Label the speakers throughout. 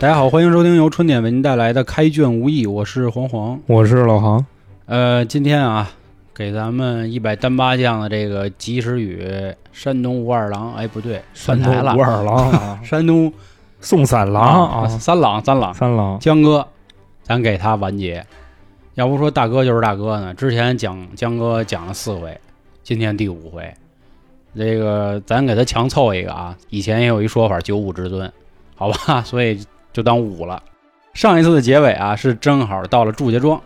Speaker 1: 大家好，欢迎收听由春点为您带来的《开卷无益》，我是黄黄。
Speaker 2: 我是老航，
Speaker 1: 呃，今天啊，给咱们一百单八将的这个及时雨，山东武二郎，哎，不对，
Speaker 2: 山
Speaker 1: 反
Speaker 2: 东
Speaker 1: 台了，
Speaker 2: 武二郎啊
Speaker 1: 山东
Speaker 2: 宋三郎啊，
Speaker 1: 三郎，三郎，
Speaker 2: 三郎，
Speaker 1: 江哥，咱给他完结。要不说大哥就是大哥呢，之前讲江哥讲了四回，今天第五回，这个咱给他强凑一个啊。以前也有一说法，九五至尊，好吧， 所以就当五了。上一次的结尾啊，是正好到了祝家庄。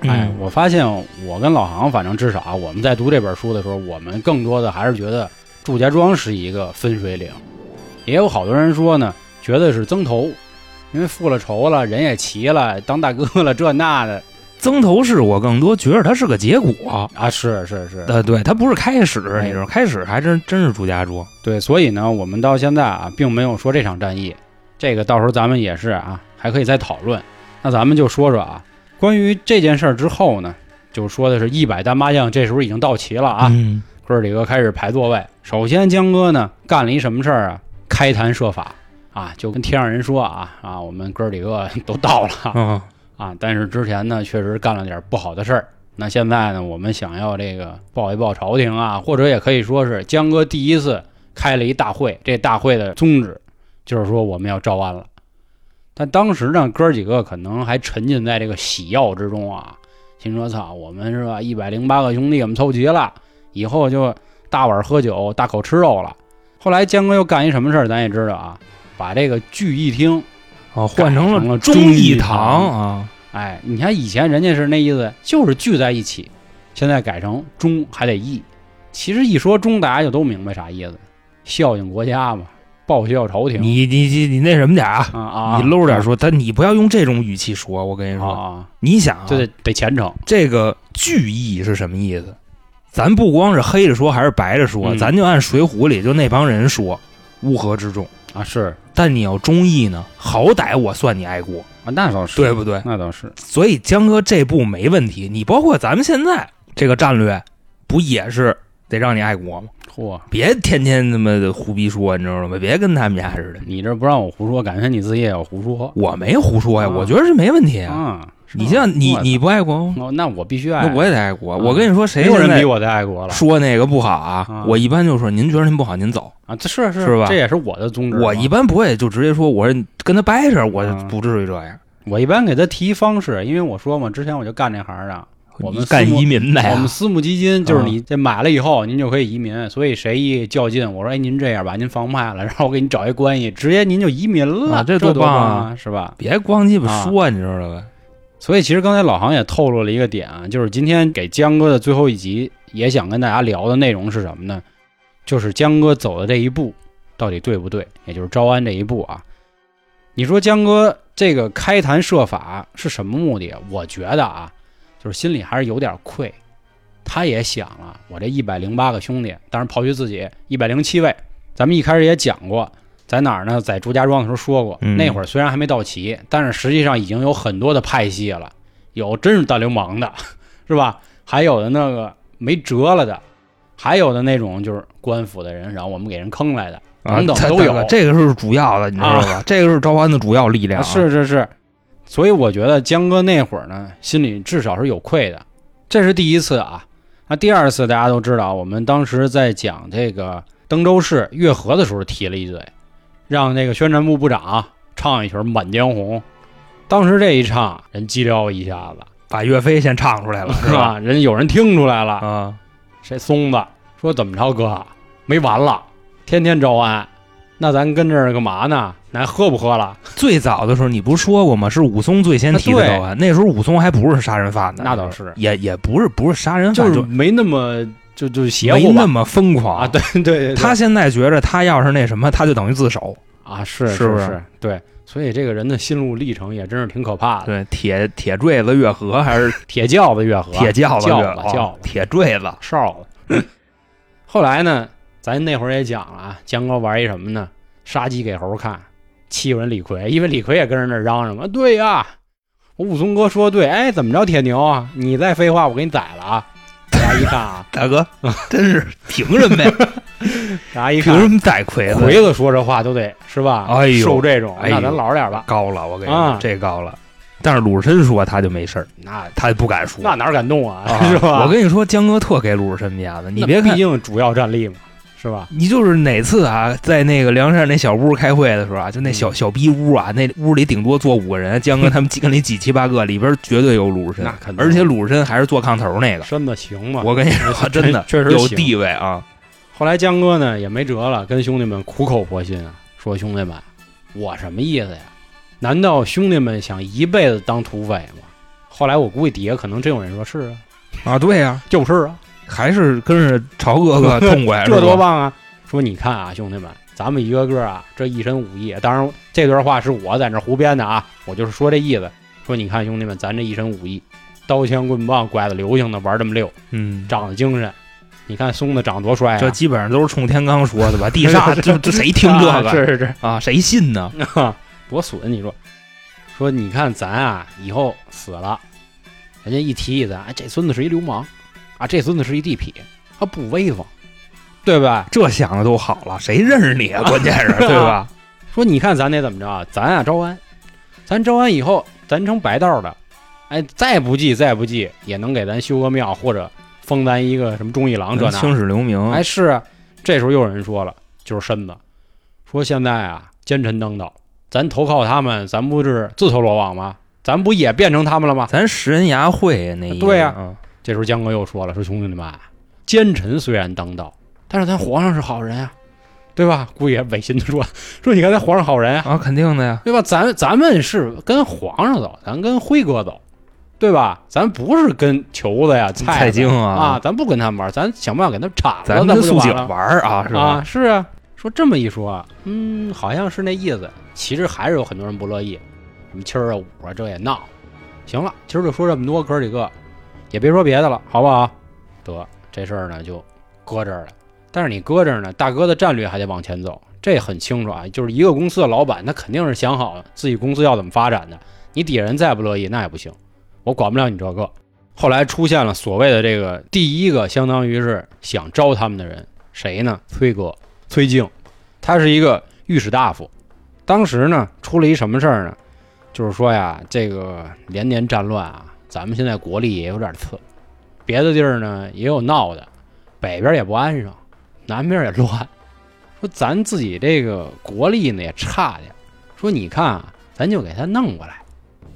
Speaker 1: 哎
Speaker 2: 嗯，
Speaker 1: 我发现我跟老航，反正至少啊我们在读这本书的时候，我们更多的还是觉得祝家庄是一个分水岭。也有好多人说呢，觉得是曾头，因为复了仇了，人也齐了，当大哥了，这那的
Speaker 2: 曾头市我更多觉得它是个结果，
Speaker 1: 啊，是是是，
Speaker 2: 呃，对，它不是开始，
Speaker 1: 哎
Speaker 2: 你知道，开始还真真是朱家庄，
Speaker 1: 对，所以呢，我们到现在啊，并没有说这场战役，这个到时候咱们也是啊，还可以再讨论。那咱们就说说啊，关于这件事儿之后呢，就说的是一百单八将这时候已经到齐了啊，
Speaker 2: 嗯
Speaker 1: 哥儿几个开始排座位。首先，江哥呢干了一什么事儿啊？开坛设法啊，就跟天上人说啊啊，我们哥儿几个都到了
Speaker 2: 啊，
Speaker 1: 啊，但是之前呢确实干了点不好的事儿。那现在呢，我们想要这个报一报朝廷啊，或者也可以说是江哥第一次开了一大会。这大会的宗旨就是说我们要招安了。但当时呢，哥儿几个可能还沉浸在这个喜药之中啊，心说操，我们是吧，一百零八个兄弟，我们凑齐了，以后就大碗喝酒，大口吃肉了。后来江哥又干一什么事儿，咱也知道啊，把这个聚义厅
Speaker 2: 啊，换成
Speaker 1: 改成了
Speaker 2: 了
Speaker 1: 忠义
Speaker 2: 义
Speaker 1: 堂
Speaker 2: 啊，
Speaker 1: 哎，你看以前人家是那意思，就是聚在一起，现在改成忠还得义。其实一说忠，大家就都明白啥意思，孝敬国家嘛，报效朝廷。
Speaker 2: 你你你你那什么点儿啊，
Speaker 1: 啊啊，
Speaker 2: 你搂着点儿说，他你不要用这种语气说，我跟你
Speaker 1: 啊
Speaker 2: 说，
Speaker 1: 啊，
Speaker 2: 你想啊
Speaker 1: 就，得得虔诚。
Speaker 2: 这个聚义是什么意思？咱不光是黑着说还是白着说，
Speaker 1: 嗯
Speaker 2: 咱就按《水浒》里就那帮人说，乌合之众。
Speaker 1: 啊，是
Speaker 2: 但你要忠义呢，好歹我算你爱国，
Speaker 1: 啊，那倒是，
Speaker 2: 对不对？
Speaker 1: 那倒是，
Speaker 2: 所以江哥这步没问题。你包括咱们现在这个战略，不也是得让你爱国吗？
Speaker 1: 嚯，
Speaker 2: 别天天他妈的胡逼说，你知道吗？别跟他们家似的。
Speaker 1: 你这不让我胡说，感觉你自己也有胡说
Speaker 2: 我没胡说呀，
Speaker 1: 啊
Speaker 2: 我觉得是没问题啊。
Speaker 1: 啊。是吧
Speaker 2: 你像你
Speaker 1: 我
Speaker 2: 你不爱国吗？
Speaker 1: 哦，那我必须爱，
Speaker 2: 那我也得爱国。
Speaker 1: 啊
Speaker 2: 我跟你说，谁
Speaker 1: 没有人比
Speaker 2: 我
Speaker 1: 我再爱国了
Speaker 2: 说那个不好
Speaker 1: 啊
Speaker 2: 啊？我一般就说您觉得您不好，您走。
Speaker 1: 啊！这是
Speaker 2: 是吧
Speaker 1: 这也是我的宗旨嘛。
Speaker 2: 我一般不会就直接说，我说跟他掰扯，我
Speaker 1: 啊
Speaker 2: 不至于这样。
Speaker 1: 我一般给他提方式，因为我说嘛，之前我就干这行的，我们
Speaker 2: 你干
Speaker 1: 私募
Speaker 2: 移民哎的呀，
Speaker 1: 我们私募基金就是你这买了以后，您就可以移民。所以谁一较劲，我说哎，您这样吧，您房卖了，然后我给你找一关系，直接您就移民了，
Speaker 2: 啊
Speaker 1: 这
Speaker 2: 这
Speaker 1: 多
Speaker 2: 多棒啊
Speaker 1: 啊，是吧？
Speaker 2: 别光鸡
Speaker 1: 啊
Speaker 2: 巴说，你知道吧？
Speaker 1: 所以其实刚才老航也透露了一个点啊，就是今天给江哥的最后一集，也想跟大家聊的内容是什么呢？就是江哥走的这一步到底对不对，也就是招安这一步啊。你说江哥这个开坛设法是什么目的？我觉得啊，就是心里还是有点愧。他也想了，我这一百零八个兄弟，当然刨去自己一百零七位，咱们一开始也讲过，在哪儿呢？在朱家庄的时候说过，
Speaker 2: 嗯
Speaker 1: 那会儿虽然还没到齐，但是实际上已经有很多的派系了，有真是大流氓的，是吧？还有的那个没辙了的，还有的那种就是官府的人，然后我们给人坑来的，等嗯等
Speaker 2: 这
Speaker 1: 都
Speaker 2: 这
Speaker 1: 有
Speaker 2: 个这个是主要的，你知道吧？这个是招安的主要力量
Speaker 1: 啊
Speaker 2: 啊。
Speaker 1: 是是是，所以我觉得江哥那会儿呢，心里至少是有愧的，这是第一次啊。那第二次大家都知道，我们当时在讲这个登州市越河的时候提了一嘴，让那个宣传部部长啊唱一曲《满江红》。当时这一唱，人激撩一下 子，
Speaker 2: 把岳飞先唱出来了，
Speaker 1: 是
Speaker 2: 吧？
Speaker 1: 吧？人有人听出来了，
Speaker 2: 啊，
Speaker 1: 谁松子说怎么着哥没完了，天天招安，那咱跟这儿干嘛呢？咱喝不喝了？
Speaker 2: 最早的时候你不是说过吗？是武松最先提
Speaker 1: 啊
Speaker 2: 的
Speaker 1: 对
Speaker 2: 招安，那时候武松还不是杀人犯呢，
Speaker 1: 那倒是
Speaker 2: 也也不是不是杀人
Speaker 1: 就
Speaker 2: 犯，
Speaker 1: 是
Speaker 2: 就
Speaker 1: 没那么就就邪
Speaker 2: 没
Speaker 1: 乎吧
Speaker 2: 那么疯狂
Speaker 1: 啊，。对对对，对
Speaker 2: 他现在觉着他要是那什么，他就等于自首。
Speaker 1: 啊是
Speaker 2: 是不
Speaker 1: 是
Speaker 2: 是
Speaker 1: 对，所以这个人的心路历程也真是挺可怕的。
Speaker 2: 对，铁铁坠子越河 还是
Speaker 1: 铁轿子越河，
Speaker 2: 铁轿子越
Speaker 1: 轿
Speaker 2: 河
Speaker 1: 子轿子
Speaker 2: 铁坠子
Speaker 1: 哨子。 后来呢，咱那会儿也讲了啊，江哥玩一什么呢？杀鸡给猴看，欺负人李逵，因为李逵也跟着那儿嚷嚷嘛，对呀，我武松哥说对，哎，怎么着铁牛啊？ 你再废话，我给你宰了啊！大家一看啊，
Speaker 2: 大哥，真是凭什么呀？
Speaker 1: 大家一
Speaker 2: 比
Speaker 1: 看
Speaker 2: 如，什么戴魁子，
Speaker 1: 奎子说这话都得是吧？
Speaker 2: 哎呦
Speaker 1: 受这种，
Speaker 2: 哎呦
Speaker 1: 那咱老实点吧。
Speaker 2: 高了，我跟你说
Speaker 1: 啊，
Speaker 2: 这高了。但是鲁智深说他就没事儿，
Speaker 1: 那
Speaker 2: 他不敢说，
Speaker 1: 那哪敢动啊？
Speaker 2: 啊
Speaker 1: 是吧？
Speaker 2: 我跟你说，江哥特给鲁智深面子，你
Speaker 1: 那
Speaker 2: 别
Speaker 1: 毕
Speaker 2: 看，
Speaker 1: 竟主要战力嘛，是吧？
Speaker 2: 你就是哪次啊，在那个梁山那小屋开会的时候啊，就那
Speaker 1: 嗯
Speaker 2: 小小逼屋啊，那屋里顶多坐五个人，江哥他们几跟里挤七八个，里边绝对有鲁智深
Speaker 1: 那肯，定
Speaker 2: 而且鲁智深还是坐炕头那个。
Speaker 1: 身子行嘛。
Speaker 2: 我跟你说，真的
Speaker 1: 确实
Speaker 2: 有
Speaker 1: 行
Speaker 2: 地位啊，
Speaker 1: 后来江哥呢也没辙了，跟兄弟们苦口婆心啊，说兄弟们，我什么意思呀？难道兄弟们想一辈子当土匪吗？后来我估计底下可能真有人说是啊，
Speaker 2: 啊，对呀、
Speaker 1: 就是啊，
Speaker 2: 还是跟着朝哥哥痛 快，
Speaker 1: 这
Speaker 2: 是吧
Speaker 1: 多棒啊！说你看啊，兄弟们，咱们一个个啊，这一身武艺，当然这段话是我在那儿胡编的啊，我就是说这意思。说你看兄弟们，咱这一身武艺，刀枪棍棒、拐子流星的玩这么溜，
Speaker 2: 嗯，
Speaker 1: 长得精神。你看松子长多帅
Speaker 2: 这
Speaker 1: 啊！
Speaker 2: 基本上都是冲天罡说的吧？ 地煞这这谁听这
Speaker 1: 啊
Speaker 2: 个
Speaker 1: 是是是，
Speaker 2: 啊？谁信 呢？
Speaker 1: 多损！啊你说，说你看咱啊，以后死了，人家一提起咱，哎，这孙子是一流氓，啊，这孙子是一地痞，他不威风，对吧？
Speaker 2: 这想的都好了，谁认识你啊？ 关键是对吧？
Speaker 1: 说你看咱得怎么着啊？咱啊招安，咱招安以后，咱成白道的，哎，再不济再不济也能给咱修个庙或者封咱一个什么忠义郎这那的。
Speaker 2: 青史留名，
Speaker 1: 哎，是啊，这时候又有人说了，就是身子，说现在啊，奸臣当道，咱投靠他们，咱不是自投罗网吗？咱不也变成他们了吗？
Speaker 2: 咱食人牙会那一个
Speaker 1: 对呀
Speaker 2: 啊，
Speaker 1: 这时候江哥又说了，说兄弟们啊，奸臣虽然当道，但是咱皇上是好人啊，对吧？估计也违心的说，说你看咱皇上好人啊，
Speaker 2: 啊，肯定的呀，
Speaker 1: 对吧？咱咱们是跟皇上走，咱跟辉哥走，对吧？咱不是跟球子呀、菜
Speaker 2: 蔡
Speaker 1: 子
Speaker 2: 京
Speaker 1: 啊，
Speaker 2: 啊，
Speaker 1: 咱不跟他们玩，咱想办法给他们铲了，
Speaker 2: 咱
Speaker 1: 咱
Speaker 2: 跟
Speaker 1: 不就
Speaker 2: 素
Speaker 1: 完
Speaker 2: 锦
Speaker 1: 了
Speaker 2: 玩儿啊，是吧？
Speaker 1: 啊，是啊。说这么一说啊，嗯，好像是那意思。其实还是有很多人不乐意，什么七儿啊、五啊，这也闹。行了，今儿就说这么多，哥儿几个也别说别的了，好不好？得，这事儿呢就搁这儿了。但是你搁这儿呢，大哥的战略还得往前走，这很清楚啊。就是一个公司的老板，他肯定是想好自己公司要怎么发展的。你底下人再不乐意，那也不行，我管不了你这个。后来出现了所谓的这个第一个，相当于是想招他们的人，谁呢？崔哥，崔静，他是一个御史大夫。当时呢，出了一什么事儿呢？就是说呀，这个连年战乱啊，咱们现在国力也有点次，别的地儿呢也有闹的，北边也不安生，南边也乱。说咱自己这个国力呢也差点儿，说你看啊，咱就给他弄过来，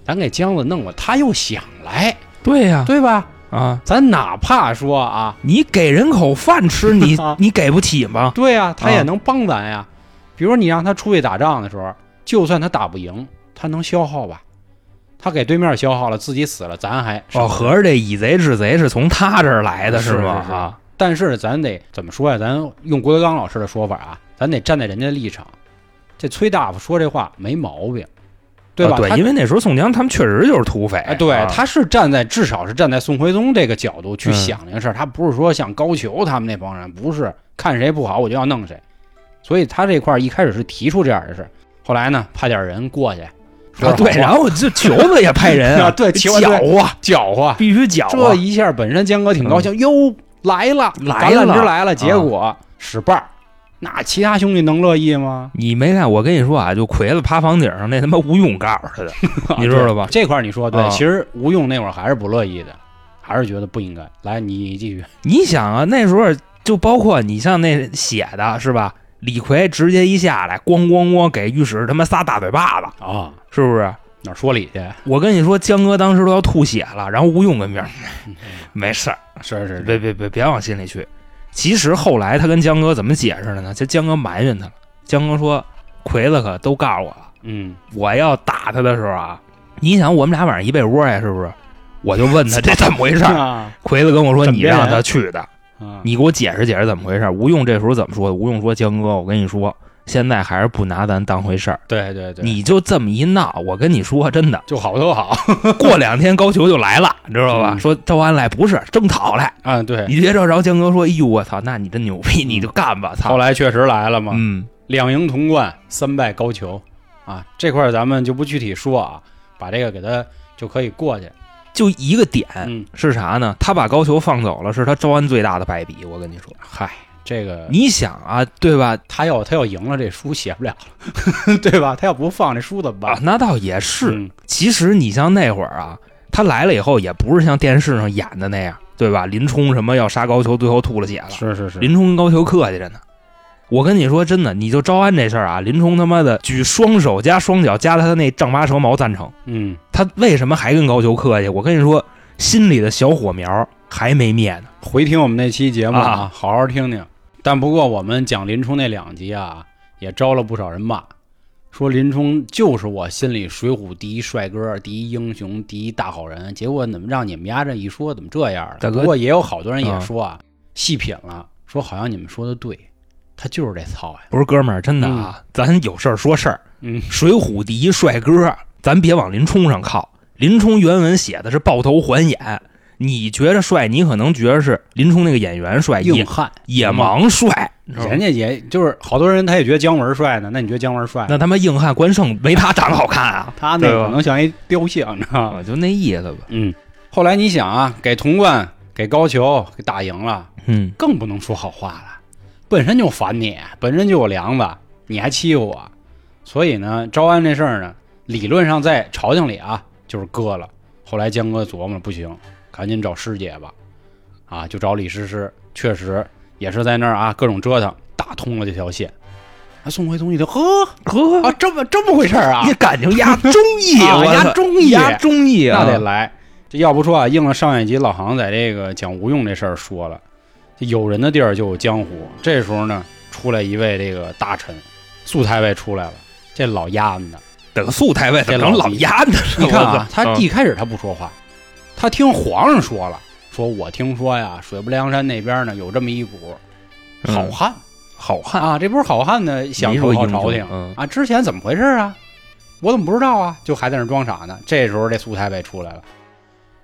Speaker 1: 咱给姜子弄过来，他又想来，
Speaker 2: 对呀，
Speaker 1: 对吧？
Speaker 2: 啊，
Speaker 1: 咱哪怕说啊，
Speaker 2: 你给人口饭吃， 你
Speaker 1: 啊
Speaker 2: 你给不起吗？
Speaker 1: 对呀、他
Speaker 2: 啊
Speaker 1: 也能帮咱呀。比如说你让他出去打仗的时候，就算他打不赢，他能消耗吧？他给对面消耗了，自己死了，咱还
Speaker 2: 哦，
Speaker 1: 少。
Speaker 2: 合着这以贼治贼是从他这儿来的
Speaker 1: 是
Speaker 2: 吗？
Speaker 1: 是是
Speaker 2: 啊，
Speaker 1: 但是咱得怎么说呀？咱用郭德纲老师的说法啊，咱得站在人家的立场。这崔大夫说这话没毛病，对吧？
Speaker 2: 啊对，
Speaker 1: 他
Speaker 2: 因为那时候宋江他们确实就是土匪，
Speaker 1: 哎，对
Speaker 2: 啊，
Speaker 1: 他是站在至少是站在宋徽宗这个角度去
Speaker 2: 嗯
Speaker 1: 想这个事儿，他不是说像高俅他们那帮人，不是看谁不好我就要弄谁，所以他这块儿一开始是提出这样的事儿，后来呢派点人过去，说
Speaker 2: 啊 对，
Speaker 1: 好
Speaker 2: 然后这球子也派人
Speaker 1: 啊对球子
Speaker 2: 搅啊，
Speaker 1: 搅和，
Speaker 2: 必须搅
Speaker 1: 这
Speaker 2: 啊，
Speaker 1: 一下本身江哥挺高兴，哟来了
Speaker 2: 来
Speaker 1: 橄榄枝
Speaker 2: 了啊
Speaker 1: 来了，结果使绊儿，那其他兄弟能乐意吗？
Speaker 2: 你没看，我跟你说啊，就魁子趴房顶上那他妈吴用告诉他的，你知道吧
Speaker 1: 这块儿你说对，
Speaker 2: 啊
Speaker 1: 其实吴用那会儿还是不乐意的，还是觉得不应该。来，你继续，
Speaker 2: 你想啊，那时候就包括你像那写的是吧？李逵直接一下来，咣咣咣给御史他妈仨大嘴巴子，
Speaker 1: 啊，
Speaker 2: 是不是？
Speaker 1: 哪儿说理去？
Speaker 2: 我跟你说，江哥当时都要吐血了，然后吴用跟边儿，没事儿，
Speaker 1: 是是
Speaker 2: 别别别别往心里去。其实后来他跟江哥怎么解释的呢？就江哥埋怨他了，江哥说：“魁子可都告诉我了，
Speaker 1: 嗯，
Speaker 2: 我要打他的时候啊，你想我们俩晚上一被窝呀，是不是？我就问他这怎么回 事儿？
Speaker 1: 啊，
Speaker 2: 奎子跟我说
Speaker 1: 怎么
Speaker 2: 你
Speaker 1: 变
Speaker 2: 让
Speaker 1: 人
Speaker 2: 他去的，
Speaker 1: 啊
Speaker 2: 你给我解释解释怎么回事儿。吴用这时候怎么说的？吴用说：“江哥，我跟你说，现在还是不拿咱当回事儿。
Speaker 1: 对对对，，
Speaker 2: 你就这么一闹，我跟你说，真的
Speaker 1: 就好都好
Speaker 2: 过两天高俅就来了，你知道吧？
Speaker 1: 嗯
Speaker 2: 说招安来不是征讨来，
Speaker 1: 啊，对。
Speaker 2: 你别着。”然后江哥说：“哎呦，我操，那你真牛逼，你就干吧，
Speaker 1: 后
Speaker 2: 操。”
Speaker 1: 来确实来了嘛，
Speaker 2: 嗯，
Speaker 1: 两赢同冠，三败高俅啊，这块儿咱们就不具体说啊，把这个给它就可以过去。
Speaker 2: 就一个点
Speaker 1: 嗯，
Speaker 2: 是啥呢？他把高俅放走了，是他招安最大的败笔。我跟你说，
Speaker 1: 嗨，这个
Speaker 2: 你想啊，对吧？
Speaker 1: 他要他要赢了，这书写不了了， 对吧？他要不放这书怎么
Speaker 2: 啊
Speaker 1: 办？，
Speaker 2: 那倒也是。
Speaker 1: 嗯
Speaker 2: 其实你像那会儿啊，他来了以后，也不是像电视上演的那样，对吧？林冲什么要杀高俅，最后吐了血了。
Speaker 1: 是是是，
Speaker 2: 林冲跟高俅客气着呢。我跟你说真的，你就招安这事儿啊，林冲他妈的举双手加双脚加他那丈八蛇矛赞成。
Speaker 1: 嗯，
Speaker 2: 他为什么还跟高俅客气？我跟你说，心里的小火苗还没灭呢。
Speaker 1: 回听我们那期节目
Speaker 2: 啊
Speaker 1: 好好听听。但不过我们讲林冲那两集啊，也招了不少人骂，说林冲就是我心里《水浒》第一帅哥、第一英雄、第一大好人。结果怎么让你们家这一说，怎么这样了？
Speaker 2: 大哥
Speaker 1: 不过也有好多人也
Speaker 2: 啊
Speaker 1: 说啊，细品了，说好像你们说的对，他就是这操呀。
Speaker 2: 不是哥们儿，真的啊，咱有事儿说事儿。
Speaker 1: 嗯
Speaker 2: 《水浒》第一帅哥，咱别往林冲上靠。林冲原文写的是抱头还眼，你觉着帅，你可能觉着是林冲那个演员帅，
Speaker 1: 硬
Speaker 2: 野
Speaker 1: 汉，嗯
Speaker 2: 野蛮帅，你知道吗
Speaker 1: 人家也就是好多人，他也觉得姜文帅呢。那你觉得姜文帅？
Speaker 2: 那他妈硬汉关胜没他长得好看啊。
Speaker 1: 他那
Speaker 2: 对吧
Speaker 1: 可能像一雕像，你知道吗？
Speaker 2: 啊，就那意思吧。
Speaker 1: 嗯。后来你想啊，给童贯、给高俅给打赢了，
Speaker 2: 嗯，
Speaker 1: 更不能说好话了。本身就烦你，本身就有梁子，你还欺负我，所以呢，招安这事儿呢，理论上在朝廷里啊就是割了。后来江哥琢磨不行，赶紧找师姐吧，啊，就找李师师，确实也是在那儿啊各种折腾，打通了这条线。啊，宋徽宗一听，呵
Speaker 2: 呵，
Speaker 1: 啊，这么这么回事儿啊
Speaker 2: 你，感情压中意，
Speaker 1: 啊
Speaker 2: 我
Speaker 1: 压
Speaker 2: 操
Speaker 1: 中意
Speaker 2: 压中意啊，
Speaker 1: 那得来。这要不说啊，应了上一集老行在这个讲吴用这事儿说了，这有人的地儿就有江湖。这时候呢，出来一位这个大臣，素太尉出来了。这老鸭子呢，
Speaker 2: 得素太尉，
Speaker 1: 这
Speaker 2: 怎么成
Speaker 1: 老
Speaker 2: 老
Speaker 1: 逼
Speaker 2: 压呢？
Speaker 1: 你看
Speaker 2: 我
Speaker 1: 啊
Speaker 2: 操，
Speaker 1: 他
Speaker 2: 嗯
Speaker 1: 一开始他不说话，他听皇上说了，说我听说呀，水泊梁山那边呢有这么一股
Speaker 2: 嗯
Speaker 1: 好汉、
Speaker 2: 好汉，
Speaker 1: 啊，这不是好汉呢想
Speaker 2: 没
Speaker 1: 投
Speaker 2: 说
Speaker 1: 靠
Speaker 2: 英
Speaker 1: 朝
Speaker 2: 雄
Speaker 1: 廷、
Speaker 2: 嗯
Speaker 1: 啊？之前怎么回事啊？我怎么不知道啊？就还在那装傻呢。这时候这苏太尉出来了，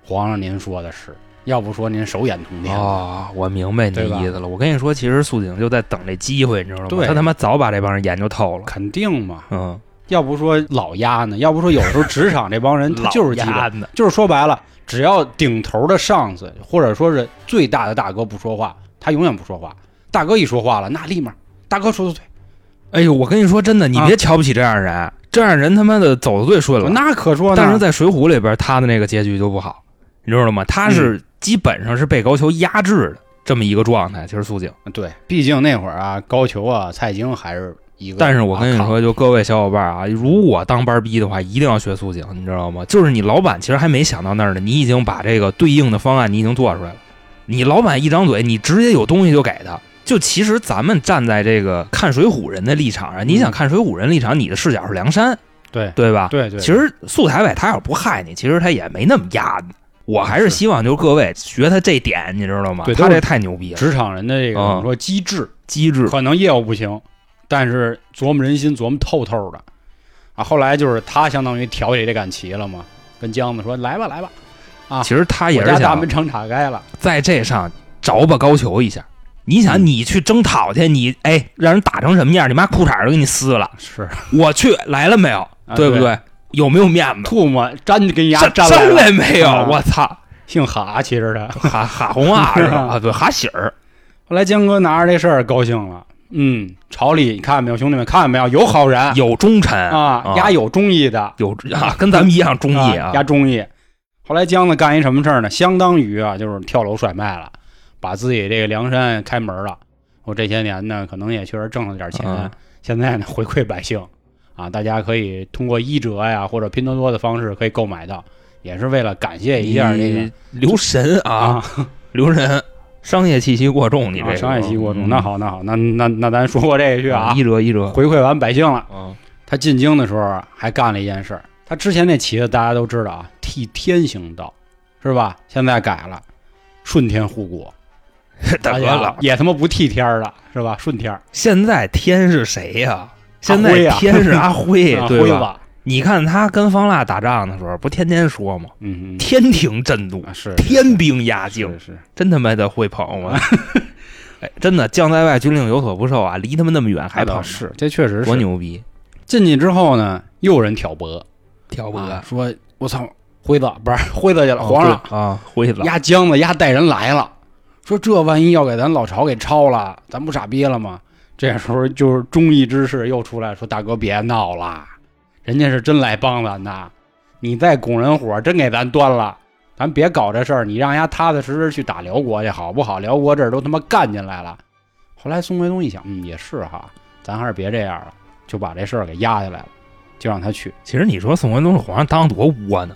Speaker 1: 皇上您说的是，要不说您手眼通天了，
Speaker 2: 哦，我明白你的
Speaker 1: 对吧
Speaker 2: 意思了。我跟你说，其实素锦就在等这机会，你知道吗
Speaker 1: 对？
Speaker 2: 他他妈早把这帮人研究透了。
Speaker 1: 肯定嘛？
Speaker 2: 嗯，
Speaker 1: 要不说老鸭呢？要不说有时候职场这帮 人他就是鸡巴
Speaker 2: 压，的，
Speaker 1: 就是说白了，只要顶头的上司或者说是最大的大哥不说话，他永远不说话。大哥一说话了，那立马大哥说的对，
Speaker 2: 哎呦，我跟你说真的，你
Speaker 1: 啊
Speaker 2: 别瞧不起这样人，这样人他妈的走的最顺
Speaker 1: 我
Speaker 2: 了。
Speaker 1: 那可说呢。
Speaker 2: 但是在《水浒》里边，他的那个结局就不好，你知道吗？他
Speaker 1: 嗯
Speaker 2: 是基本上是被高俅压制的这么一个状态。其实素锦。
Speaker 1: 对，毕竟那会儿啊，高俅啊、蔡京还是一个。
Speaker 2: 但是我跟你
Speaker 1: 啊，
Speaker 2: 说，就各位小伙伴啊，如果当班逼的话，一定要学苏醒，你知道吗？就是你老板其实还没想到那儿呢，你已经把这个对应的方案你已经做出来了。你老板一张嘴，你直接有东西就给他。就其实咱们站在这个看水浒人的立场啊上，你想看水浒人立场，你的视角是梁山，
Speaker 1: 嗯对
Speaker 2: 对吧？
Speaker 1: 对对，
Speaker 2: 其实素台伟他要不害你，其实他也没那么压你。我还是
Speaker 1: 是
Speaker 2: 希望就是各位学他这点，你知道吗
Speaker 1: 对？
Speaker 2: 他
Speaker 1: 都是啊
Speaker 2: 这太牛逼了，
Speaker 1: 职场人的这个
Speaker 2: 嗯
Speaker 1: 怎么说机智，
Speaker 2: 机智。
Speaker 1: 可能业务不行，但是琢磨人心琢磨透透的啊。后来就是他相当于挑起这杆旗了嘛，跟姜子说来吧来吧，啊
Speaker 2: 其实他也
Speaker 1: 我
Speaker 2: 是
Speaker 1: 家大
Speaker 2: 想
Speaker 1: 门常敞开了，
Speaker 2: 在这上着吧高俅一下。你想，
Speaker 1: 嗯
Speaker 2: 你去征讨去，你哎，让人打成什么样？你妈裤衩儿都给你撕了。
Speaker 1: 是
Speaker 2: 我去来了没有？
Speaker 1: 啊
Speaker 2: 对不
Speaker 1: 对
Speaker 2: 对？有没有面子？
Speaker 1: 吐沫粘跟牙
Speaker 2: 真
Speaker 1: 粘来
Speaker 2: 真
Speaker 1: 了，
Speaker 2: 来没有？
Speaker 1: 啊
Speaker 2: 我操！
Speaker 1: 姓哈，其实他。
Speaker 2: 哈哈 红啊是吧？啊，对，哈喜儿。
Speaker 1: 后来江哥拿着这事儿高兴了，嗯，朝里你看没有，兄弟们看没有，有好人
Speaker 2: 有忠臣
Speaker 1: 啊，丫有忠义的，
Speaker 2: 有啊，跟咱们一样忠义啊
Speaker 1: 啊，压中意。后来姜子干一什么事儿呢？相当于啊，就是跳楼甩卖了，把自己这个梁山开门了。我这些年呢，可能也确实挣了点钱，
Speaker 2: 嗯
Speaker 1: 现在呢回馈百姓啊，大家可以通过一折呀或者拼多多的方式可以购买到，也是为了感谢一下这个
Speaker 2: 你留神啊，
Speaker 1: 啊，
Speaker 2: 留神，商业气息过重，你这
Speaker 1: 啊
Speaker 2: 个
Speaker 1: 商业西过重。
Speaker 2: 嗯
Speaker 1: 那好，那好，那那那咱说过这一句啊，
Speaker 2: 一折一折。
Speaker 1: 回馈完百姓了。
Speaker 2: 啊，
Speaker 1: 他进京的时候啊还干了一件事儿，他之前那旗子大家都知道啊，替天行道，是吧？现在改了，顺天护国，
Speaker 2: 大哥
Speaker 1: 哎呀
Speaker 2: 了，
Speaker 1: 也他妈不替天儿了，是吧？顺天儿，
Speaker 2: 现在天是谁呀、现
Speaker 1: 阿辉
Speaker 2: 在
Speaker 1: 啊
Speaker 2: 天是 阿辉，
Speaker 1: 啊
Speaker 2: 对
Speaker 1: 辉
Speaker 2: 吧？
Speaker 1: 吧，
Speaker 2: 你看他跟方腊打仗的时候，不天天说吗？
Speaker 1: 嗯嗯
Speaker 2: 天庭震怒，
Speaker 1: 啊，是
Speaker 2: 天兵压
Speaker 1: 是
Speaker 2: 境，
Speaker 1: 是，
Speaker 2: 真他妈的会捧 我！哎，真的，将在外，军令有所不受啊！离他们那么远还
Speaker 1: 还倒
Speaker 2: 捧，
Speaker 1: 是，这确实
Speaker 2: 多
Speaker 1: 是。
Speaker 2: 牛逼！
Speaker 1: 进去之后呢，又有人挑拨，
Speaker 2: 挑哦
Speaker 1: 啊，说我操，辉子不是辉子去了，皇上
Speaker 2: 啊，辉子
Speaker 1: 压姜子压带人来了，说这万一要给咱老巢给抄了，咱不傻逼了吗？这时候就是忠义之士又出来说：“大哥别闹了，人家是真来帮咱的，你再拱人火真给咱端了，咱别搞这事儿，你让人家踏踏实实去打辽国去好不好？辽国这儿都他妈干进来了。”后来宋徽宗一想，嗯，也是哈，咱还是别这样了，就把这事儿给压下来了，就让他去。
Speaker 2: 其实你说宋徽宗是皇上当得多 窝囊，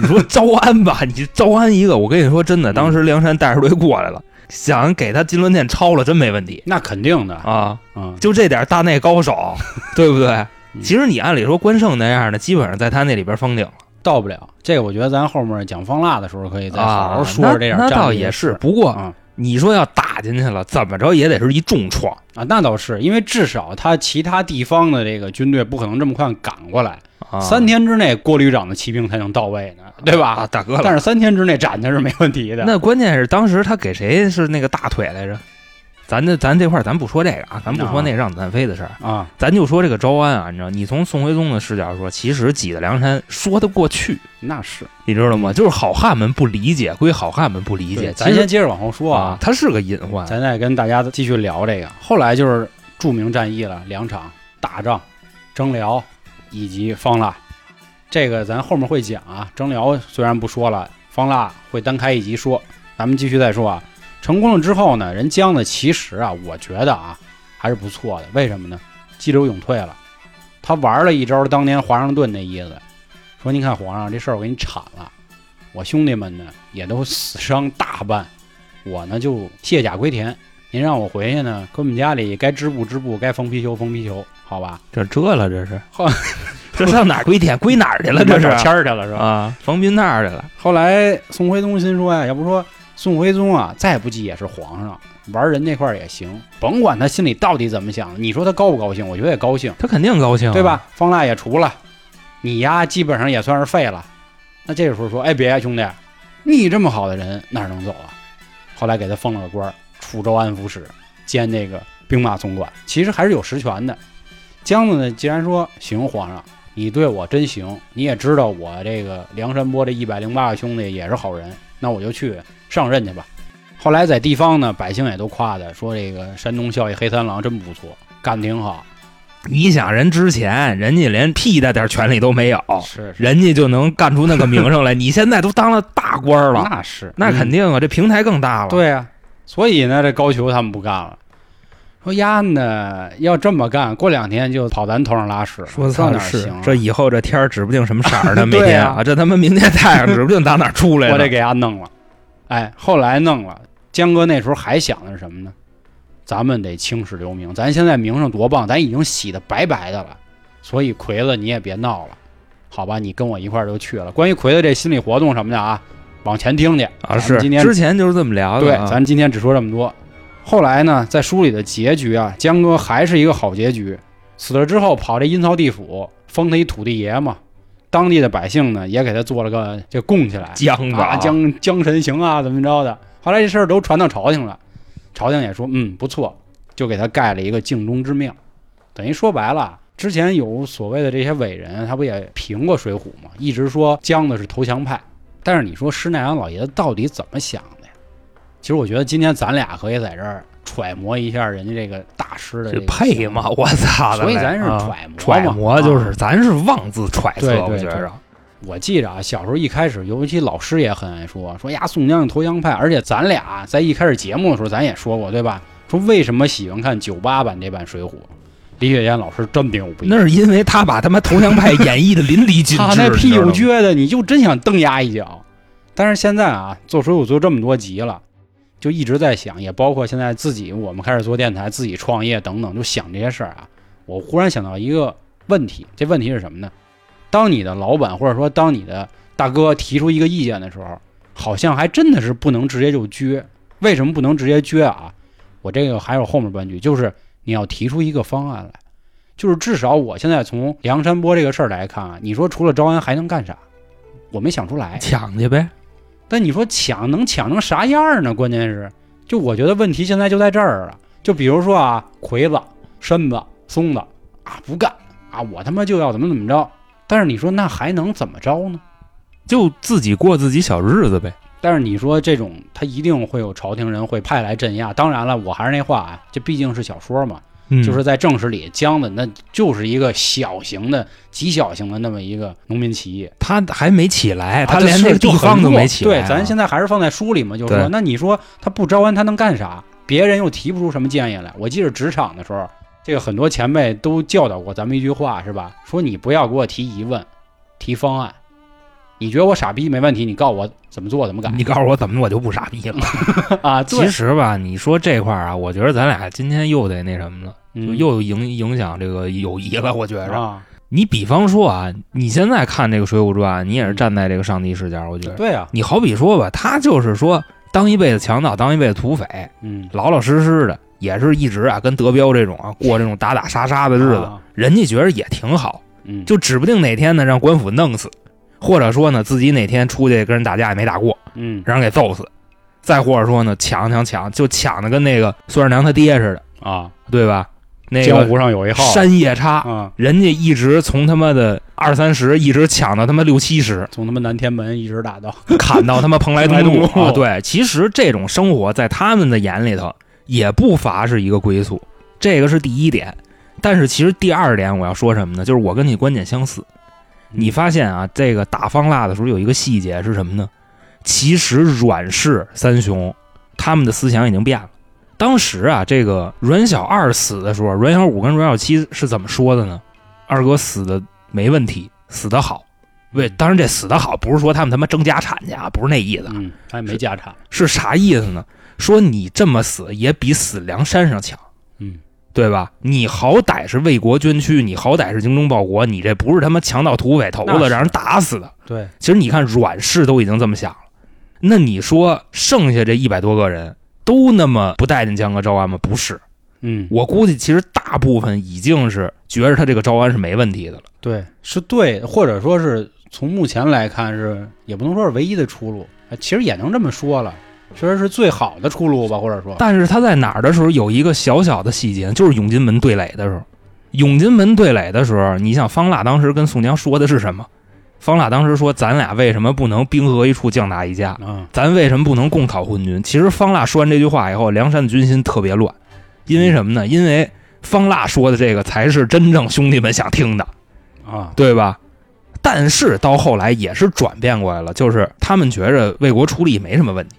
Speaker 2: 你说招安吧， 你招安一个，我跟你说真的，当时
Speaker 1: 嗯
Speaker 2: 梁山带着队过来了，想给他金銮殿抄了，真没问题
Speaker 1: 那肯定的，
Speaker 2: 啊。
Speaker 1: 嗯，
Speaker 2: 就这点大内 高手，对不对？其实你按理说关胜那样的，基本上在他那里边封顶了
Speaker 1: 到不了。这个我觉得咱后面讲方腊的时候可以再好好
Speaker 2: 啊
Speaker 1: 说说这点
Speaker 2: 那
Speaker 1: 战
Speaker 2: 那
Speaker 1: 力、
Speaker 2: 倒也是，不过
Speaker 1: 啊、
Speaker 2: 你说要打进去了，怎么着也得是一重创
Speaker 1: 啊，那倒是，因为至少他其他地方的这个军队不可能这么快赶过来，
Speaker 2: 啊！
Speaker 1: 三天之内郭旅长的骑兵才能到位呢，对吧？
Speaker 2: 啊，大哥了
Speaker 1: 但。是三天之内斩他是没问题的。
Speaker 2: 那关键是当时他给谁是那个大腿来着？咱这咱这块儿咱不说这个啊，咱不说那让子弹飞的事儿，
Speaker 1: 啊，
Speaker 2: 咱就说这个招安啊。你知道，你从宋徽宗的视角说，其实挤得梁山说得过去，
Speaker 1: 那是
Speaker 2: 你知道吗？就是好汉们不理解，归好汉们不
Speaker 1: 嗯
Speaker 2: 理
Speaker 1: 对
Speaker 2: 解。
Speaker 1: 咱
Speaker 2: 其
Speaker 1: 先
Speaker 2: 实
Speaker 1: 接着往后说
Speaker 2: 啊
Speaker 1: 啊，，
Speaker 2: 他是个隐患。
Speaker 1: 咱再跟大家继续聊这个。后来就是著名战役了，两场大仗，征辽以及方腊，这个咱后面会讲啊。征辽虽然不说了，方腊会单开一集说，咱们继续再说啊。成功了之后呢，人姜子其实啊，我觉得啊还是不错的。为什么呢？激流勇退了，他玩了一招当年华盛顿那意思，说你看皇上这事儿我给你铲了，我兄弟们呢也都死伤大半，我呢就卸甲归田。您让我回去呢，跟我们家里该织布织布，该缝皮球缝皮球，好吧？
Speaker 2: 这这了，这是
Speaker 1: 好，
Speaker 2: 这上哪儿归田归哪儿去了？这
Speaker 1: 找
Speaker 2: 是
Speaker 1: 签儿去啊了是吧？
Speaker 2: 啊，冯斌那儿去了
Speaker 1: 后来宋徽宗心说呀，要不说宋徽宗啊，再不济也是皇上，玩人这块儿也行，甭管他心里到底怎么想，你说他高不高兴？我觉得也高兴，
Speaker 2: 他肯定高兴，啊
Speaker 1: 对？吧？方腊也除了，你呀基本上也算是废了。那这时候说，哎，别呀、兄弟，你这么好的人哪能走啊？后来给他封了个官儿，楚州安抚使，兼这个兵马总管，其实还是有实权的。姜子呢，既然说行，皇上，你对我真行，你也知道我这个梁山泊这一百零八个兄弟也是好人，那我就去上任去吧。后来在地方呢，百姓也都夸他，说这个山东效益黑三郎真不错，干挺好。
Speaker 2: 你想人之前，人家连屁大点权利都没有，
Speaker 1: 是是
Speaker 2: 哦人家就能干出那个名声来。你现在都当了大官儿了，
Speaker 1: 那是
Speaker 2: 那肯、定啊，这平台更
Speaker 1: 嗯
Speaker 2: 大了。，
Speaker 1: 对呀、所以呢，这高俅他们不干了，说丫呢要这么干，过两天就跑咱头上拉屎，
Speaker 2: 说
Speaker 1: 到
Speaker 2: 操
Speaker 1: 哪儿
Speaker 2: 是
Speaker 1: 行啊？
Speaker 2: 这以后这天儿指不定什么色儿呢，每
Speaker 1: 对
Speaker 2: 天
Speaker 1: 啊
Speaker 2: 这他妈明天太阳指不定打哪儿出来
Speaker 1: 我得
Speaker 2: 了。
Speaker 1: 给丫弄了。哎，后来弄了，江哥那时候还想的是什么呢？咱们得青史留名，咱现在名声多棒，咱已经洗的白白的了。所以奎子你也别闹了，好吧？你跟我一块儿就去了。关于奎子这心理活动什么的啊，往前听去咱
Speaker 2: 啊，
Speaker 1: 们
Speaker 2: 是
Speaker 1: 今天
Speaker 2: 之前就是这么聊
Speaker 1: 对
Speaker 2: 的啊，，
Speaker 1: 咱今天只说这么多。后来呢，在书里的结局啊，江哥还是一个好结局，死了之后跑这阴曹地府，封他一土地爷嘛。当地的百姓呢，也给他做了个这供起来，
Speaker 2: 姜子
Speaker 1: 啊，江江神行啊，怎么着的？后来这事儿都传到朝廷了，朝廷也说，嗯，不错，就给他盖了一个敬忠之庙。等于说白了，之前有所谓的这些伟人，他不也评过《水浒》吗？一直说姜子是投降派，但是你说施耐庵老爷子到底怎么想的呀？其实我觉得今天咱俩可以在这儿揣摩一下人家这个大师的这
Speaker 2: 这
Speaker 1: 个
Speaker 2: 配
Speaker 1: 想
Speaker 2: 吗
Speaker 1: 法？
Speaker 2: 我操！
Speaker 1: 所以咱是
Speaker 2: 啊
Speaker 1: 揣摩嘛
Speaker 2: 揣摩，就
Speaker 1: 啊
Speaker 2: 是咱是妄自揣
Speaker 1: 对
Speaker 2: 测，我
Speaker 1: 对
Speaker 2: 觉
Speaker 1: 对
Speaker 2: 着
Speaker 1: 我记着啊，小时候一开始，尤其老师也很爱说，说呀宋江是投降派，而且咱俩在一开始节目的时候，咱也说过，对吧？说为什么喜欢看九八版这版《水浒》？李雪健老师真牛逼，
Speaker 2: 那是因为他把他妈投降派演绎的淋漓尽致，
Speaker 1: 他那
Speaker 2: 你知
Speaker 1: 屁
Speaker 2: 道
Speaker 1: 股
Speaker 2: 吗
Speaker 1: 撅的，你就真想蹬丫一脚。但是现在啊，做水浒做这么多集了，就一直在想，也包括现在自己，我们开始做电台，自己创业等等，就想这些事儿啊。我忽然想到一个问题，这问题是什么呢？当你的老板或者说当你的大哥提出一个意见的时候，好像还真的是不能直接就撅。为什么不能直接撅啊？我这个还有后面半句，就是你要提出一个方案来。就是至少我现在从梁山泊这个事儿来看啊，你说除了招安还能干啥？我没想出来。
Speaker 2: 抢去呗。
Speaker 1: 但你说抢能抢成啥样儿呢？关键是，就我觉得问题现在就在这儿了。就比如说啊，魁子、身子、松子啊，不干啊，我他妈就要怎么怎么着。但是你说那还能怎么着呢？
Speaker 2: 就自己过自己小日子呗。
Speaker 1: 但是你说这种，他一定会有朝廷人会派来镇压。当然了，我还是那话啊，这毕竟是小说嘛，
Speaker 2: 嗯
Speaker 1: 就是在正史里，姜子那就是一个小型的、极小型的那么一个农民起义，
Speaker 2: 他还没起来，
Speaker 1: 啊
Speaker 2: 哎他连
Speaker 1: 这
Speaker 2: 那
Speaker 1: 事
Speaker 2: 个
Speaker 1: 儿就
Speaker 2: 地
Speaker 1: 很
Speaker 2: 方都
Speaker 1: 弱
Speaker 2: 没起来啊。
Speaker 1: 对，咱现在还是放在书里嘛，就
Speaker 2: 对
Speaker 1: 说那你说他不招安，他能干啥？别人又提不出什么建议来。我记得职场的时候，这个很多前辈都教导过咱们一句话，是吧？说你不要给我提疑问，提方案。你觉得我傻逼没问题，你告诉我怎么做怎么改
Speaker 2: 你告诉我怎么我就不傻逼了。
Speaker 1: 啊？对
Speaker 2: 嗯其实吧，你说这块儿啊，我觉得咱俩今天又得那什么了，就
Speaker 1: 嗯
Speaker 2: 又影影响这个友谊了。我觉着，
Speaker 1: 啊，
Speaker 2: 你比方说啊，你现在看这个《水浒传》，啊你也是站在这个上帝视角，我觉得，
Speaker 1: 对啊，
Speaker 2: 你好比说吧，他就是说当一辈子强盗，当一辈子土匪，
Speaker 1: 嗯，
Speaker 2: 老老实实的，也是一直啊跟德彪这种啊过这种打打杀杀的日子，
Speaker 1: 啊，
Speaker 2: 人家觉得也挺好，
Speaker 1: 嗯，
Speaker 2: 就指不定哪天呢让官府弄死，或者说呢自己哪天出去跟人打架也没打过，
Speaker 1: 嗯
Speaker 2: 让人给揍死，再或者说呢抢抢抢，就抢的跟那个孙二娘她爹似的，
Speaker 1: 啊，
Speaker 2: 对吧？那
Speaker 1: 江
Speaker 2: 个
Speaker 1: 湖上有一号
Speaker 2: 山夜叉，
Speaker 1: 啊，，
Speaker 2: 人家一直从他妈的二三十一直抢到他妈六七十
Speaker 1: 从他妈南天门一直打到
Speaker 2: 砍到他妈蓬莱
Speaker 1: 蓬莱
Speaker 2: 东
Speaker 1: 东
Speaker 2: 路
Speaker 1: 路
Speaker 2: 啊！对，其实这种生活在他们的眼里头也不乏是一个归宿，这个是第一点。但是其实第二点我要说什么呢？就是我跟你观点相似。
Speaker 1: 嗯
Speaker 2: 你发现啊，这个打方腊的时候有一个细节是什么呢？其实阮氏三雄他们的思想已经变了。当时啊，这个阮小二死的时候，阮小五跟阮小七是怎么说的呢？二哥死的没问题，死得好。为当然这死得好不是说他们他妈争家产去啊，不是那意思啊，
Speaker 1: 嗯，他也没家产，
Speaker 2: 是啥意思呢？说你这么死也比死梁山上强。
Speaker 1: 嗯
Speaker 2: 对吧？你好歹是为国捐躯，你好歹是精忠报国，你这不是他妈强盗土匪头
Speaker 1: 那
Speaker 2: 子
Speaker 1: 是
Speaker 2: 让人打死的。
Speaker 1: 对，
Speaker 2: 其实你看阮氏都已经这么想了，那你说剩下这一百多个人都那么不待见江哥招安吗？不是，
Speaker 1: 嗯，
Speaker 2: 我估计其实大部分已经是觉着他这个招安是没问题的了。
Speaker 1: 对，是对，或者说是从目前来看是，也不能说是唯一的出路，啊其实也能这么说了，确实是最好的出路吧，或者说，
Speaker 2: 但是他在哪儿的时候有一个小小的细节，就是永金门对垒的时候。永金门对垒的时候，你想方腊当时跟宋江说的是什么？方腊当时说：“咱俩为什么不能兵合一处，将打一家？
Speaker 1: 啊，
Speaker 2: 咱为什么不能共讨昏君？其实方腊说完这句话以后，梁山的军心特别乱，因为什么呢？因为方腊说的这个才是真正兄弟们想听的，
Speaker 1: 啊，
Speaker 2: 对吧？但是到后来也是转变过来了，就是他们觉着为国出力没什么问题，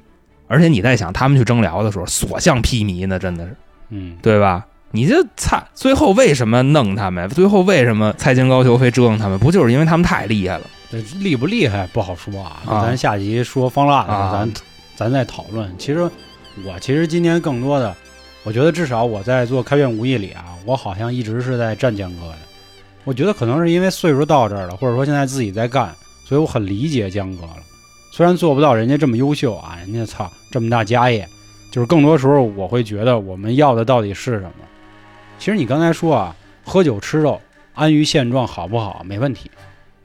Speaker 2: 而且你在想他们去征辽的时候，所向披靡呢，真的是，
Speaker 1: 嗯，
Speaker 2: 对吧？你这蔡最后为什么弄他们？最后为什么蔡京、高俅非折腾他们？不就是因为他们太厉害了？
Speaker 1: 这呃厉不厉害不好说啊，
Speaker 2: 啊
Speaker 1: 咱下集说方腊的时候，
Speaker 2: 啊
Speaker 1: 咱咱再讨论。其实我其实今天更多的，我觉得至少我在做开卷无益里啊，我好像一直是在站江哥的。我觉得可能是因为岁数到这儿了，或者说现在自己在干，所以我很理解江哥了。虽然做不到人家这么优秀啊，人家操这么大家业，就是更多时候我会觉得我们要的到底是什么。其实你刚才说啊，喝酒吃肉，安于现状好不好？没问题，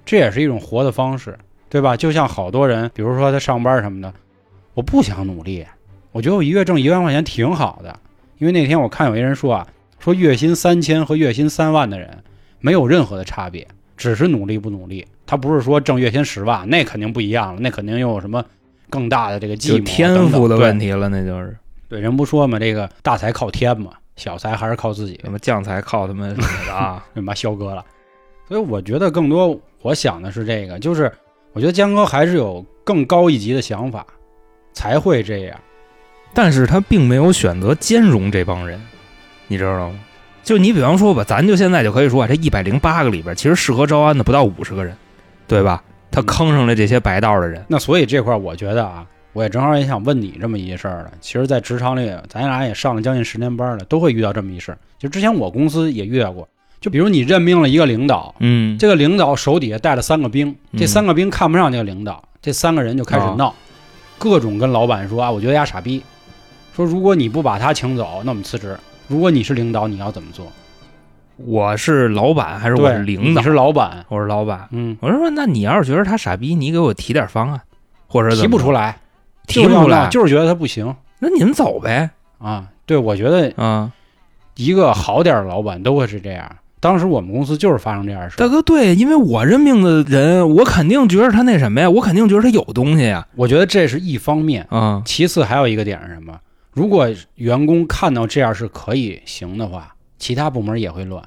Speaker 1: 这也是一种活的方式，对吧？就像好多人，比如说他上班什么的，我不想努力，我觉得我一月挣一万块钱挺好的。因为那天我看有一人说啊，说月薪三千和月薪三万的人没有任何的差别，只是努力不努力。他不是说挣月薪十万，那肯定不一样了，那肯定又有什么更大的这个计
Speaker 2: 就
Speaker 1: 谋
Speaker 2: 天赋的
Speaker 1: 啊等等对
Speaker 2: 问题了，那就是
Speaker 1: 对，人不说嘛，这个大财靠天嘛，小财还是靠自己
Speaker 2: 什，么将才靠他们什么的啊。
Speaker 1: 对吧？肖哥了。所以我觉得更多我想的是这个，就是我觉得江哥还是有更高一级的想法，才会这样。
Speaker 2: 但是他并没有选择兼容这帮人，你知道吗？就你比方说吧，咱就现在就可以说啊，这一百零八个里边，其实适合招安的不到五十个人，对吧？他坑上了这些白道的人，
Speaker 1: 那所以这块儿我觉得啊，我也正好也想问你这么一事儿了。其实，在职场里，咱俩也上了将近十年班了，都会遇到这么一事儿。就之前我公司也遇到过，就比如你任命了一个领导，
Speaker 2: 嗯，
Speaker 1: 这个领导手底下带了三个兵，
Speaker 2: 嗯哦
Speaker 1: 这三个兵看不上这个领导，这三个人就开始闹，各种跟老板说啊，我觉得丫傻逼，说如果你不把他请走，那我们辞职。如果你是领导，你要怎么做？
Speaker 2: 我是老板还是我
Speaker 1: 对，
Speaker 2: 是领
Speaker 1: 你
Speaker 2: 导？
Speaker 1: 是老板，
Speaker 2: 我是老板，
Speaker 1: 嗯，
Speaker 2: 我就说，那你要是觉得他傻逼，你给我提点方案，或者
Speaker 1: 提不出
Speaker 2: 来，
Speaker 1: 来，
Speaker 2: 提不
Speaker 1: 就是要闹
Speaker 2: 出来，
Speaker 1: 就是觉得他不行
Speaker 2: 那你们走呗，
Speaker 1: 啊。对，我觉得
Speaker 2: 啊，
Speaker 1: 一个好点儿的老板都会是这样。当时我们公司就是发生这样的事
Speaker 2: 大
Speaker 1: 儿，
Speaker 2: 哥，对，因为我任命的人，我肯定觉得他那什么呀，我肯定觉得他有东西呀，
Speaker 1: 我觉得这是一方面，
Speaker 2: 啊，
Speaker 1: 其次还有一个点是什么？如果员工看到这样是可以行的话，其他部门也会乱，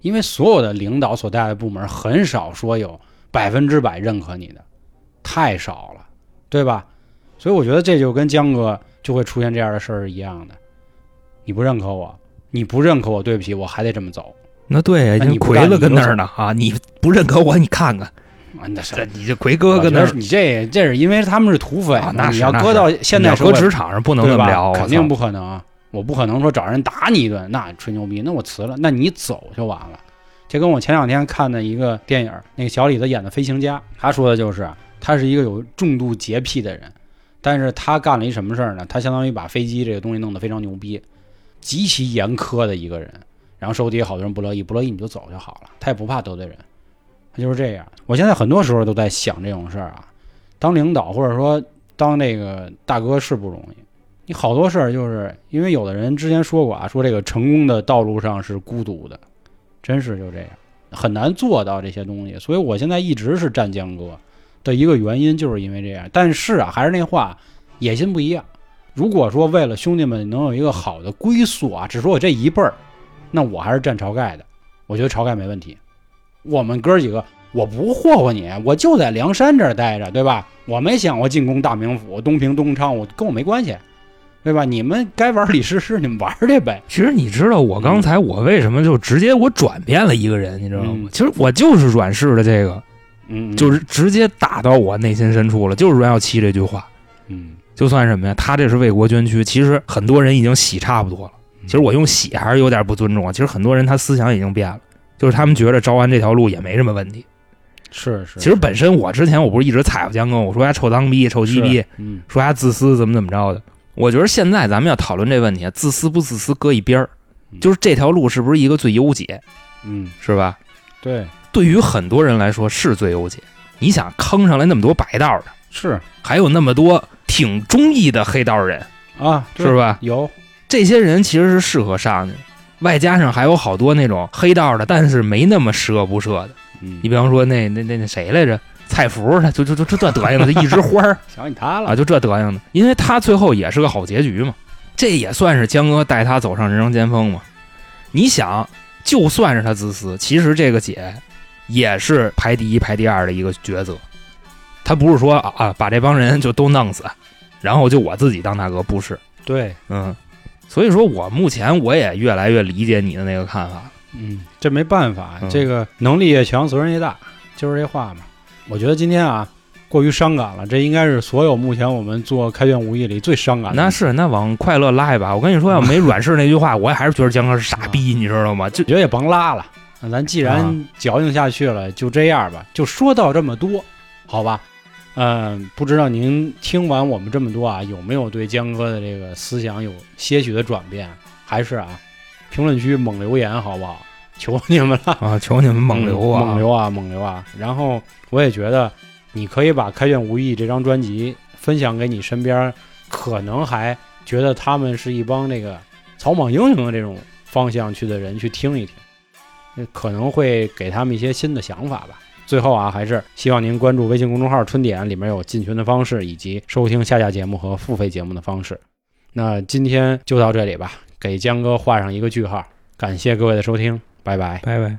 Speaker 1: 因为所有的领导所带的部门很少说有百分之百认可你的，太少了，对吧？所以我觉得这就跟江哥就会出现这样的事儿是一样的，你不认可我，你不认可我，对不起，我还得这么走。
Speaker 2: 那对呀，
Speaker 1: 那你
Speaker 2: 就
Speaker 1: 不
Speaker 2: 奎
Speaker 1: 干
Speaker 2: 子
Speaker 1: 你
Speaker 2: 跟
Speaker 1: 就
Speaker 2: 那儿呢啊，你不认可我，你 看看，啊
Speaker 1: 啊，那是
Speaker 2: 这你这奎哥跟那
Speaker 1: 我
Speaker 2: 儿
Speaker 1: 觉得你这这是因为他们是土匪嘛，
Speaker 2: 啊那是
Speaker 1: 你要
Speaker 2: 那
Speaker 1: 搁
Speaker 2: 是
Speaker 1: 到现在
Speaker 2: 你要
Speaker 1: 社
Speaker 2: 搁
Speaker 1: 会
Speaker 2: 职场上不能
Speaker 1: 对
Speaker 2: 这么
Speaker 1: 吧？
Speaker 2: 聊，我
Speaker 1: 肯
Speaker 2: 操
Speaker 1: 定不可能啊。我不可能说找人打你一顿，那吹牛逼，那我辞了，那你走就完了。这跟我前两天看的一个电影，那个小李子演的《飞行家》，他说的就是他是一个有重度洁癖的人，但是他干了一什么事儿呢？他相当于把飞机这个东西弄得非常牛逼，极其严苛的一个人。然后手底下好多人不乐意，不乐意你就走就好了，他也不怕得罪人，他就是这样。我现在很多时候都在想这种事儿啊，当领导或者说当那个大哥是不容易，你好多事儿就是因为有的人之前说过啊，说这个成功的道路上是孤独的，真是就这样，很难做到这些东西。所以我现在一直是站江哥的一个原因，就是因为这样。但是啊，还是那话，野心不一样。如果说为了兄弟们能有一个好的归宿啊，只说我这一辈儿，那我还是站晁盖的。我觉得晁盖没问题。我们哥几个，我不霍霍你，我就在梁山这儿待着，对吧？我没想过进攻大名府、东平、东昌，我跟我没关系。对吧？你们该玩李师师，你们玩去呗。
Speaker 2: 其实你知道我刚才我为什么就直接我转变了一个人，你知道吗？
Speaker 1: 嗯
Speaker 2: 其实我就是阮氏的这个，
Speaker 1: 嗯，
Speaker 2: 就是直接打到我内心深处了，就是阮小七这句话，
Speaker 1: 嗯，
Speaker 2: 就算什么呀？他这是为国捐躯，其实很多人已经洗差不多了。
Speaker 1: 嗯
Speaker 2: 其实我用洗还是有点不尊重啊。其实很多人他思想已经变了，就是他们觉得招安这条路也没什么问题。
Speaker 1: 是是，
Speaker 2: 其实本身我之前我不是一直踩过江哥，我说他臭脏逼、臭鸡逼
Speaker 1: 是，，嗯，
Speaker 2: 说他自私怎么怎么着的。我觉得现在咱们要讨论这问题，自私不自私搁一边儿，
Speaker 1: 嗯
Speaker 2: 就是这条路是不是一个最优解，
Speaker 1: 嗯，
Speaker 2: 是吧？
Speaker 1: 对，
Speaker 2: 对于很多人来说是最优解。你想坑上来那么多白道的，
Speaker 1: 是
Speaker 2: 还有那么多挺忠义的黑道人，
Speaker 1: 啊，对
Speaker 2: 是吧？
Speaker 1: 有，
Speaker 2: 这些人其实是适合上去的，外加上还有好多那种黑道的，但是没那么十恶不赦的。
Speaker 1: 嗯
Speaker 2: 你比方说那那那那谁来着？蔡福，他就就就就这德行，他一枝花儿
Speaker 1: 想起他
Speaker 2: 啊，
Speaker 1: 了，
Speaker 2: 就这德行的，因为他最后也是个好结局嘛，这也算是江哥带他走上人生巅峰嘛。你想，就算是他自私，其实这个姐也是排第一、排第二的一个抉择。他不是说啊啊，把这帮人就都弄死，然后就我自己当大哥，不是，
Speaker 1: 对，
Speaker 2: 嗯，所以说我目前我也越来越理解你的那个看法。
Speaker 1: 嗯，这没办法，
Speaker 2: 嗯
Speaker 1: 这个能力越强，责任越大，就是这话嘛。我觉得今天啊，过于伤感了，这应该是所有目前我们做开卷无益里最伤感的。
Speaker 2: 那是那往快乐拉一把。我跟你说，要没阮氏那句话，我也还是觉得江哥是傻逼，你知道吗？就
Speaker 1: 我觉得也甭拉了，那咱既然
Speaker 2: 啊
Speaker 1: 矫情下去了，就这样吧，就说到这么多，好吧？嗯，不知道您听完我们这么多啊，有没有对江哥的这个思想有些许的转变？还是啊，评论区猛留言好不好？求你们了，
Speaker 2: 啊，求你们猛流啊！
Speaker 1: 嗯猛！流啊，猛流啊！然后我也觉得，你可以把《开卷无益》这张专辑分享给你身边可能还觉得他们是一帮那个草莽英雄的这种方向去的人去听一听，那可能会给他们一些新的想法吧。最后啊，还是希望您关注微信公众号“春点”，里面有进群的方式，以及收听下架节目和付费节目的方式。那今天就到这里吧，给江哥画上一个句号。感谢各位的收听，拜拜。
Speaker 2: 拜拜。